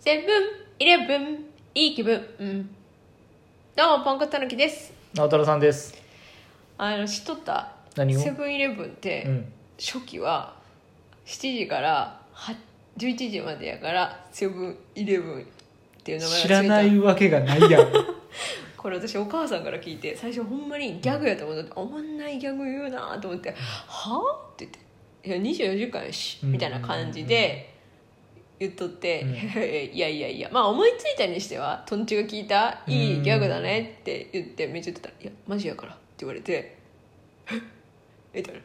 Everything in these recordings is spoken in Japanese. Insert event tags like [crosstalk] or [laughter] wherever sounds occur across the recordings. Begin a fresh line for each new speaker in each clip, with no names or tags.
セブンイレブンいい気分、うん、どうもポンコツたぬきです
直太朗さんです
あの知っとった
何を
セブンイレブンっ
う
て
ん
初期は7時からは11時までやからセブンイレブンっていう名前がつい
知
た
らないわけがな
[laughs]
いやん
これ私お母さんから聞いて最初ほんまにギャグやと思って「おもんないギャグ言うな」と思って「はあ?」って言って「いや24時間やし」
うん
みたいな感じで言っとって
うん
「いやいやいやまあ思いついたにしてはとんちが聞いたいいギャグだね」って言ってめっちゃ言ってたら「いやマジやから」って言われて「えっ?」みたいな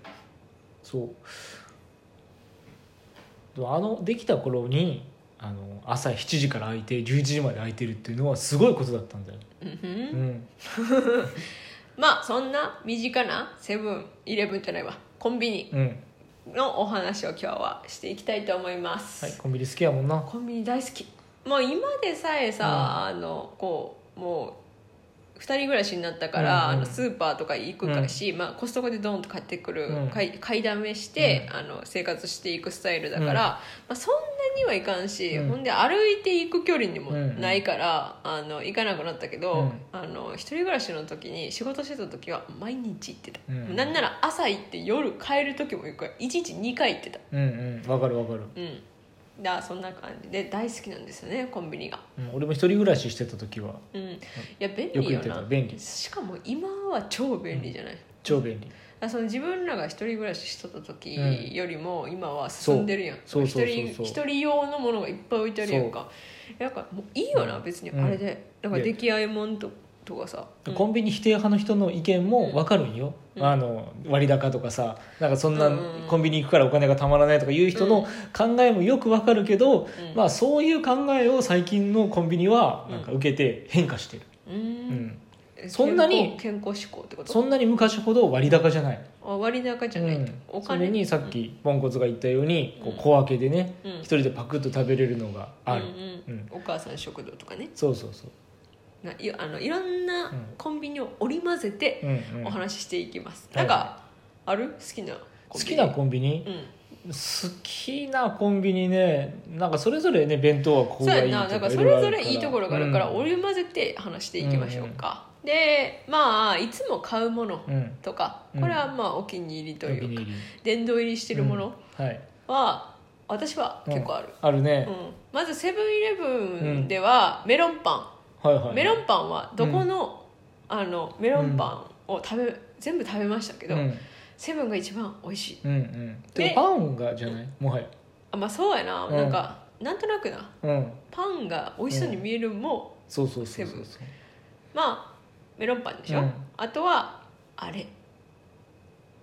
そうあのできた頃にあの朝7時から空いて11時まで空いてるっていうのはすごいことだったんだよ、
うんふ
うんん、
まあそんな身近なセブンイレブンじゃないわコンビニ
うん
のお話を今日はしていきたいと思います。
はい、コンビニ好きやもんな
コンビニ大好きもう今でさえさ、あのこうもう2人暮らしになったから、
うんうん
あのスーパーとか行くからし、まあ、コストコでドンと買ってくる、
うん
買い買いだめして、あの生活していくスタイルだから、まあ、そんなにはいかんし、
うん
ほんで歩いていく距離にも
うんうん
ないから、あの行かなくなったけど、
うん
あの一人暮らしの時に仕事してた時は毎日行ってた、
うん
なんなら朝行って夜帰る時も行くから1日2回行ってた
うんうんわかるわかる、
うん、だそんな感じで大好きなんですよねコンビニが、
うん、俺も一人暮らししてた時は
うん、いや便
よく
利
行
よ
ってた
な
便利
しかも今は超便利じゃない、だか
超便利
らその自分らが一人暮らししとった時
うん
よりも今は進んでるやん
そう
一
そうそう
人
そうそう
一人用のものがいっぱい置いてあるやんかなんかもういいよな別に
うん
あれで、
ん
なんか
で
出来合いもんととかさ、うん
コンビニ否定派の人の意見も分かるんよ、
うん
あの割高とかさなんかそんな
うんうんうん
コンビニ行くからお金がたまらないとかいう人の考えもよく分かるけど、
うん
まあ、そういう考えを最近のコンビニはなんか受けて変化してる、
う
うん
ん
そんなに
健康健康志向ってこと
そんなに昔ほど割高じゃない、
あ割高じゃないと、
うん
お
そ
金
れにさっきポンコツが言ったようにこう小分けでね
うん
一人でパクッと食べれるのがある、
うんうん
うん
お母さん食堂とかね
そうそうそう
ないあのいろんな
うん
コンビニを織り交ぜて
うんうん
お話ししていきます、な
はい
んかある好きなコ
好
ンビ
き
ニ
なコンビニ
うん
好きなコンビニねなんかそれぞれね弁当はこ
そ
こ
う
が
や
いい
な
と
だか
から
それぞれいいところがあるから織り交ぜて話していきましょうか、でまあいつも買うもの
うん、うん
とか
うん
これはまあお気に入りと
お気
いう
に
か
入り
殿堂入りしてるもの
うんはい
は私は結構ある、
ある
うん
ね、
まずセブンイレブンではメロンパン、
はいはい
メロンパンはどこの,、あのメロンパンを食べ全部食べましたけど、
うん
セブンが一番美味しい
うんうん
で
てかパンがじゃないもはや
あまあそうやな、
うん
なんかなんとなくな
うん
パンが美味しそうに見えるんも、
そうそうそうそうそう
まあメロンパンでしょ、
うん
あとはあれ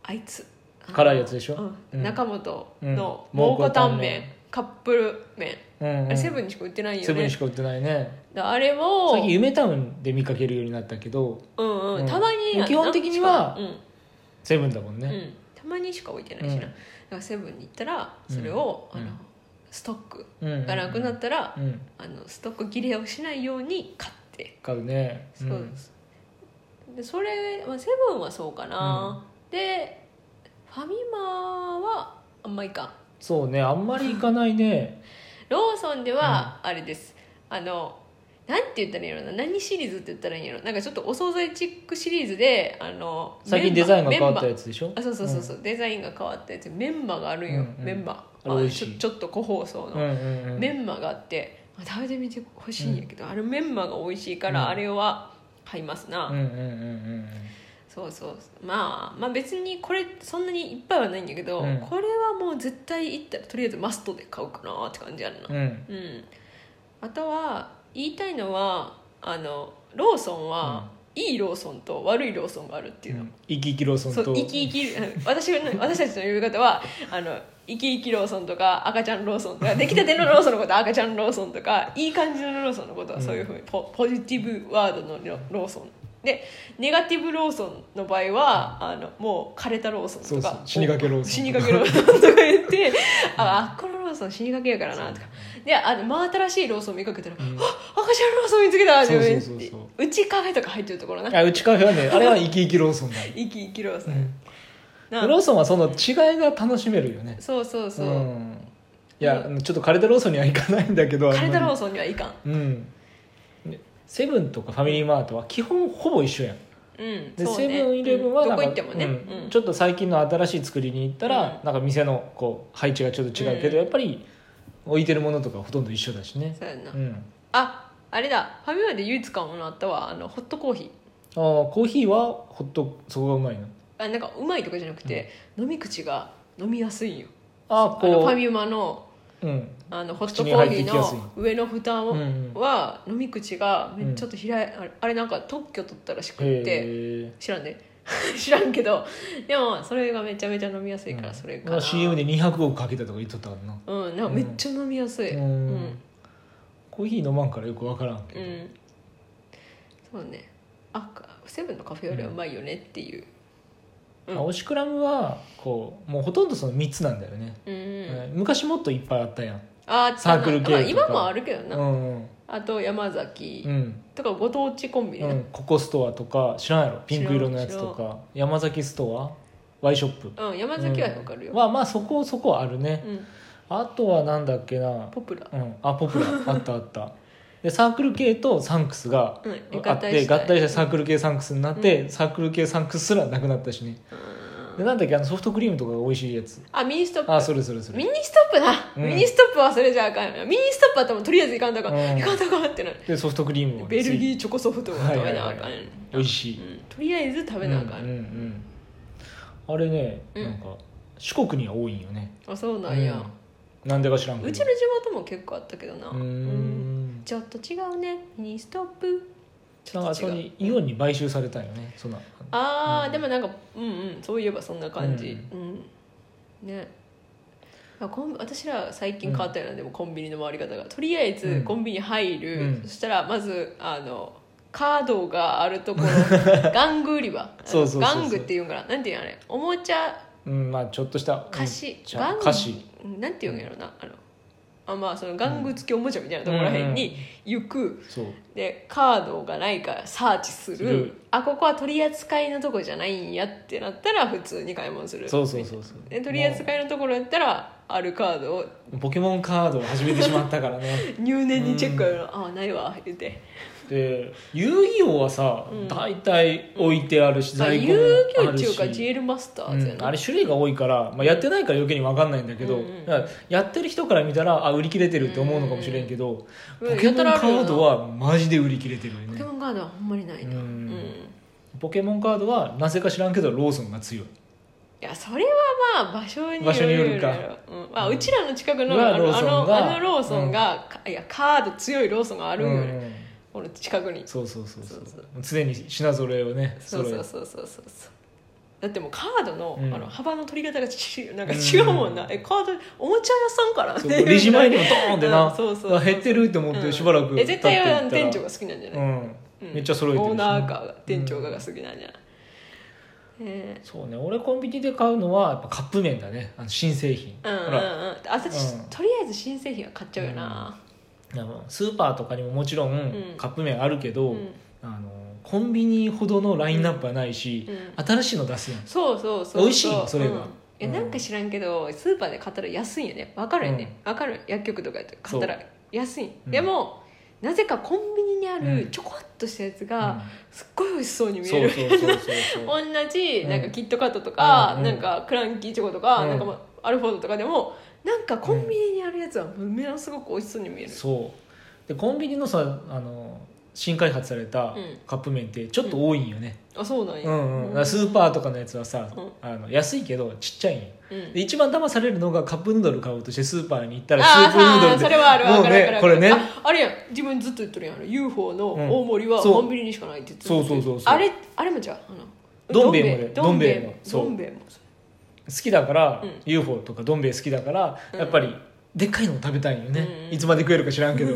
あいつ
辛いやつでしょ
う、
うんん
中本の
うん
蒙古タン
蒙古タン
メン
メン
カップル麺、
うんうん
あれセブンにしか売ってないよ
セブン
ね
しか売ってないね
だあれを
最近夢タウンで見かけるようになったけど
うんうん
うん
たまにやんな
基本的には
しかもうん
セブンだもんね、
うん、たまにしか置いてないしな、
うん
だからセブンに行ったらそれを、
うん
あの
うん
ストック
うんうんうん
がなくなったら、
うん
あのストック切れをしないように買って
買うね
そうです、でそれ、まあ、セブンはそうかな、でファミマはあんまいかん
そうねあんまり行かないね
ローソンではあれです、あのなんて言ったらいいのな何シリーズって言ったらいいのなんかちょっとお惣菜チックシリーズであの
最近デザインが変わった
メンマ
やつでしょ
あそうそうそうそう、デザインが変わったやつメンマがあるんよ、
うんうん
メンマ
あれ美味
ちょ
しい
ちょっと個包装の、
うんうんうん
メンマがあってまあ食べてみてほしいんやけど、あれメンマが美味しいから、
うん
あれは買いますな、
うんうんうん
そうそうまあまあ別にこれそんなにいっぱいはないんやけど、
うん
これはもう絶対行ったらとりあえずマストで買うかなって感じやるな
うんうん
うん、あとは言いたいのはあのローソンは、いいローソンと悪いローソンがあるっていうの、
生き生きローソン
そう
と
生き生きあの [laughs] 私の私たちの呼び方はあの生き生きローソンとか赤ちゃんローソンとか出来たてのローソンのことは赤ちゃんローソンとかいい感じのローソンのことはそういうふうにポ,、ポジティブワードのロローソンでネガティブローソンの場合はあのもう枯れたローソンとか
そうそう死にかけローソン
死にかけローソンとか言
[laughs]
ってああっこのローソン死にかけやからなとかであの真新しいローソン見かけたら、あ赤ちゃんローソン見つけたって言
そうそうそうそう
ちカフェとか入ってるところな
あうちカフェはねあれは生き生きローソンだ、
生き生きローソン、
うん
な
ローソンはその違いが楽しめるよね
そうそうそう、
ん、いや、
う
ちょっと枯れたローソンには行かないんだけどあんま
枯
り
れたローソンにはいかん
うんねセブンとかファミリーマートは基本ほぼ一緒やん
うん
で、
そう
セ
ね
ブンイレブンは
うん
な
ど
ん
こ
か
行ってもね、
う
うんん
ちょっと最近の新しい作りに行ったら、
う
なんか店のこう配置がちょっと違うけど、
うん
やっぱり置いてるものとかほとんど一緒だしね
そうやんな、
うん
ああれだファミマで唯一買うものあったわあのホットコーヒー
あーコーヒーはほっとそこがうまいの
あなんかうまいとかじゃなくて、飲み口が飲みやすいよ
あー
あのフ
こ
ァミマの
ううん
あのホットコーヒー
口に入っていきや
の上の蓋を
うんうん
は飲み口がめちょっと開い、あれあれなんか特許取ったらしくって
へ
知らんね [laughs] 知らんけどでもそれがめちゃめちゃ飲みやす
え
いからそれか
う
な、
ん CM で200億かけたとか言っとったからな
うんなんかめっちゃ飲みやすい
うん
うん、
コーヒー飲まんからよく分からん
う
けど、
んそうねあセブンのカフェよりはうまいよねっていううん
あオシクラムはこうもうほとんどその3つなんだよね、
うん、
うん昔もっといっぱいあったやん
あ
サークル系とか
まあ今もあるけど
う
な、
ん
あと山崎、
うん、
とかご当地コンビ
う
ね、
ん、ココストアとか知らんやろピンク色のやつと
知
か山崎ストアワイショップ
うん山崎はわかる
う
よ、
んまあまあそこそこあるね
うん
あとはなんだっけな
ポプラ、
うんあ
[laughs]
ポプラあったあったでサークル系とサンクスが
うん、
あって合体してサークル系サンクスになって、
う
サークル系サンクスすらなくなったしね
うん
でなんだっけあのソフトクリームとかが美味しいやつ
あミニストップ
あそれそれそれ
ミニストップな、
うん
ミニストップはそれじゃあかんよなミニストップは多分とりあえずいかんとか、
うん
いかんとかってなる
でソフトクリームを
ベルギ
ー
ーチョコソフトは食べなあかんよな
美味し
う
い
んとりあえず食べなあかん、
うんうんうんあれね、
うん
なんか四国には多いんよね
あそうなんや、
うんなんでか知らん
う
けど
ちの地元も結構あったけどな
うー
うん
ん
ちょっと違うねミニストップち
な
ょ
ん
っ
か
と
それ
違う
にイオンに買収されたんよねそんな
あー、
うん
でもなんかうんうんそういえばそんな感じうん、ねあコン私ら最近変わったよな、でもコンビニの回り方がとりあえ
う
ず
ん
コンビニ入る、
うん
そしたらまずあのカードがあるとこ
[laughs]
ろ玩具売り場
そうそうそうそう
玩具っていうんかななんていうのあれおもちゃ
うんまあちょっとした
菓子
じゃあ
玩具
菓子
うんなんていうんやろなあのあまあその玩具付きおもちゃみたいなところらへんに行く、
そう
でカードがないからサーチする
する
あここは取り扱いのとこじゃないんやってなったら普通に買い物する
そうそうそうそう
で取り扱いのところやったらあるカードを
もうポケモンカードを始めてしまったか
[laughs]
らね
入念にチェックやるのあないわ言って
で遊戯王はさ
うん
大体置いてあるし、
まあ
在
遊
庫も
戯
あ
王
る
中
し
華ジエルマスターズや
うん、
な、
あれ種類が多いから、まあ、やってないから余計に分かんないんだけ
う
ど、
んうん
だからやってる人から見たらあ売り切れてるって思うのかもしれんけど、
うん
ポケモンカ
やたらあるよ
ー
な
ドはマジで売り切れてるよ
ポケ
ね
モンカードはほんまにないな
う
うんん、
ポケモンカードはなぜか知らんけどローソンが強い
いやそれはまあ場所による
場所によるか
やろうんまあ、うちらの近くの
うん
あの
ロー
あ
ソンが
のあのローソンが、かいやカード強いローソンがあるんよね、
うん
この近くに
そうそうそうそう
そう
常に品揃えをね
そう
揃
そ
え
うそうそうそうそうだってもうカードの,、
うん
あの幅の取り方がちなんか違うもんな、
うん
えカードおもちゃ屋さんから
そうレジ前にもドーンってな、
うんそうそうそう
だから減ってるって思ってしばらく
うんえ絶対あの
経ってい
店長
ったら
が好きなんじゃ
う
ない、
ん
うん
めっちゃ揃えてるし
オー
ね
ナーか店長がが好きなんじゃない、え
そうね俺コンビニで買うのはやっぱカップ麺だねあの新製品、
ーうんうん
ほ
う
ら
んあ私、
うん
とりあえず新製品は買っちゃうよな、
あのスーパーとかにももちろん
ん
カップ麺あるけど、
うん
あのコンビニほどのラインナップはないし
う、ん
新しいの出すやん
そうそうそう
美味しいのそれが
うんいや
うん
なんか知らんけどスーパーで買ったら安いんよね分かるよね、わ分かる薬局とかで買ったら安い
うん
でも、なぜかコンビニにあ
う
る
ん
ちょこっとしたやつ
うん
がすっごい美味しそうに見え
そう
る、
そうそう
[laughs]
そうそう
同じなんかキットカットと
う
か、
んうん
なんかクランキーチョコとか、
うん
なんかまあアルフォードとかでもなんかコンビニにあるやつはものすごく美味しそうに見える、
そうでコンビニのさあの新開発された
うん
カップ麺ってちょっと多いんよね、
あそうなん
う
や、
んうんだからスーパーとかのやつはさ、
うん
あの安いけどちっちゃいんよ
うん
で一番騙されるのがカップヌードル買おうとしてスーパーに行ったらス
あ
ープヌード
あ
ル
それはあるわ
もう
かるわかる
ね
わ
こ
かる
れね
ああれやん自分ずっと言ってるやんあの UFO の大盛りは
うんそう
コンビニにしかないって言ってた
そうそうそうそう
あれあれもじゃああの
どん兵衛もね
どん兵衛
どん兵衛
も
もそう
どん兵衛も
好きだから、
うん
UFO とかどん兵衛好きだから、
うん
やっぱりでっかいのを食べたいんよね、
うんうん
いつまで食えるか知らんけど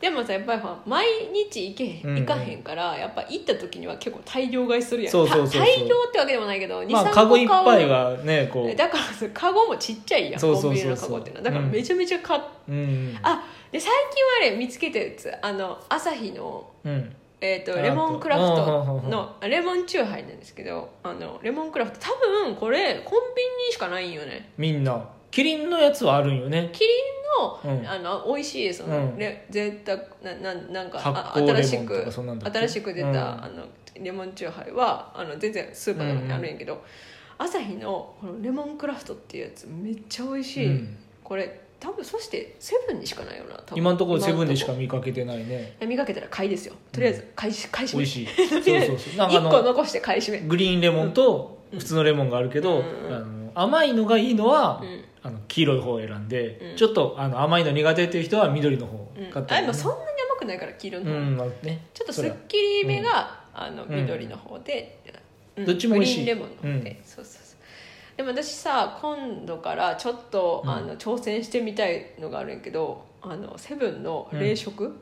でもさやっぱりほら毎日行けへん、
うんうん
行かへんからやっぱ行った時には結構大量買いするやん
そうそうそうそ
た
う
大量ってわけでもないけど23、
[laughs] まあカゴいっぱいはねこ
だからさカゴもちっちゃいやん
そう
コ
そ
ン
う
ビ
そ
ニ
う
の
そ
カ
う
ゴってのはだからめちゃめちゃ買っ
ううん
あで最近はあれ見つけたやつあの朝日の
うん
えー、と
あ
レモンクラフ
あ
ト
あ
のレモンチューハイなんですけどあのレモンクラフト多分これコンビニにしかないんよね
みんなキリンのやつはあるんよね
キリンの,、
うん
あの美味しいその、
うん
レ絶対なななんかあ
発酵レモ
新
ン
し
と
く
かそんなんだっけ
新しく出た、
うん
あのレモンチューハイはあの全然スーパーとか
うん
に
う
あ
ん
るんやけど、朝日のこのレモンクラフトっていうやつめっちゃ美味しい、
うん
これ多分そしてセブンにしかないよな多分
今のところセブンでしか
い
見かけてないね
や見かけたら買いですよとりあえず買いし買い占
美
め
味しいそうそうそうなんかあ
1個
の
残して買い占め
グリーンレモンと
うん
普通のレモンがあるけど、
うん
あの甘いのがいいのは、
うん
あの黄色い方を選んで、
うん
ちょっとあの甘いの苦手っていう人は緑の方を
うん、
買っ
あ
た
で
り
も
ね
そんなに甘くないから黄色の方、
うんまあね
ちょっとす
そ
っ
れ
きりめが、あの
うん
緑の方で、うん
どっちも美味し
グ
い
リーンレモンの方で、
う
そうそうそうでも私さ今度からちょっと、
うん
あの挑戦してみたいのがあるんやけどあのセブンの冷食、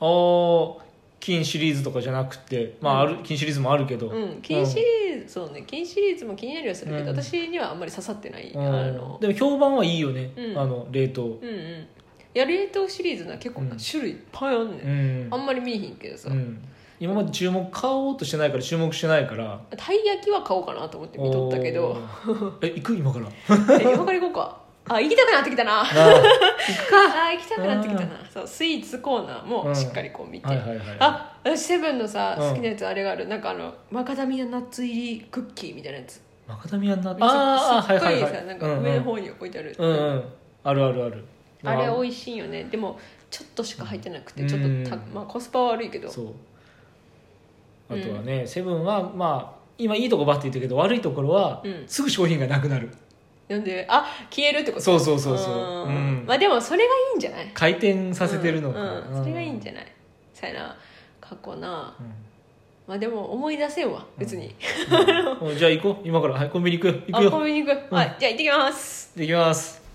おー金シリーズとかじゃなくて、まあ、ある金シリーズもあるけど、
うん金シリーズそうね金シリーズも気になりはするけど、
うん
私にはあんまり刺さってない、
うん
あの
でも評判はいいよね、
うん
あの冷凍
うんうんいや冷凍シリーズな結構な
うん
種類いっぱいあんねん、
うん
あんまり見えへんけどさ、
うん今まで注目買おうとしてないから注目してないから
たい焼きは買おうかなと思って見とったけ
お
ど
ーえ行く
[laughs]
今から
え今から行こうかあ行きたくなってきたなあー行きたくなってきたなそうスイーツコーナーもしっかりこう見て、
はいはいはい
あ私セブンのさ
うん
好きなやつあれがある、なんかあのマカダミアナッツ入りクッキーみたいなやつ
マカダミアナッツ
あす
ー
っごいさ、
はは
なんか上の方に置いてある、
うんうん、うんうん、あるあるある
あれ
い
美味しいよねでもちょっとしか入ってなくて
うん
ちょっとた、まあ、コスパは悪いけど
そうあとはね、セブンはまあ今いいとこばって言ってるけど悪いところは、
うん
すぐ商品がなくなる
なんであ消えるってこと
そうそうそうそう
う
うんん
まあでもそれがいいんじゃない
回転させてるのか、
うんうんそれがいいん
ゃ、
じゃないさやな過去な
うん
まあでも思い出せんわ別に、
うんじゃあ行こう今からはいコンビニ行くよ行く
あ
よ
コンビニ行く、
うん
はいじゃあ行ってきます
で行きます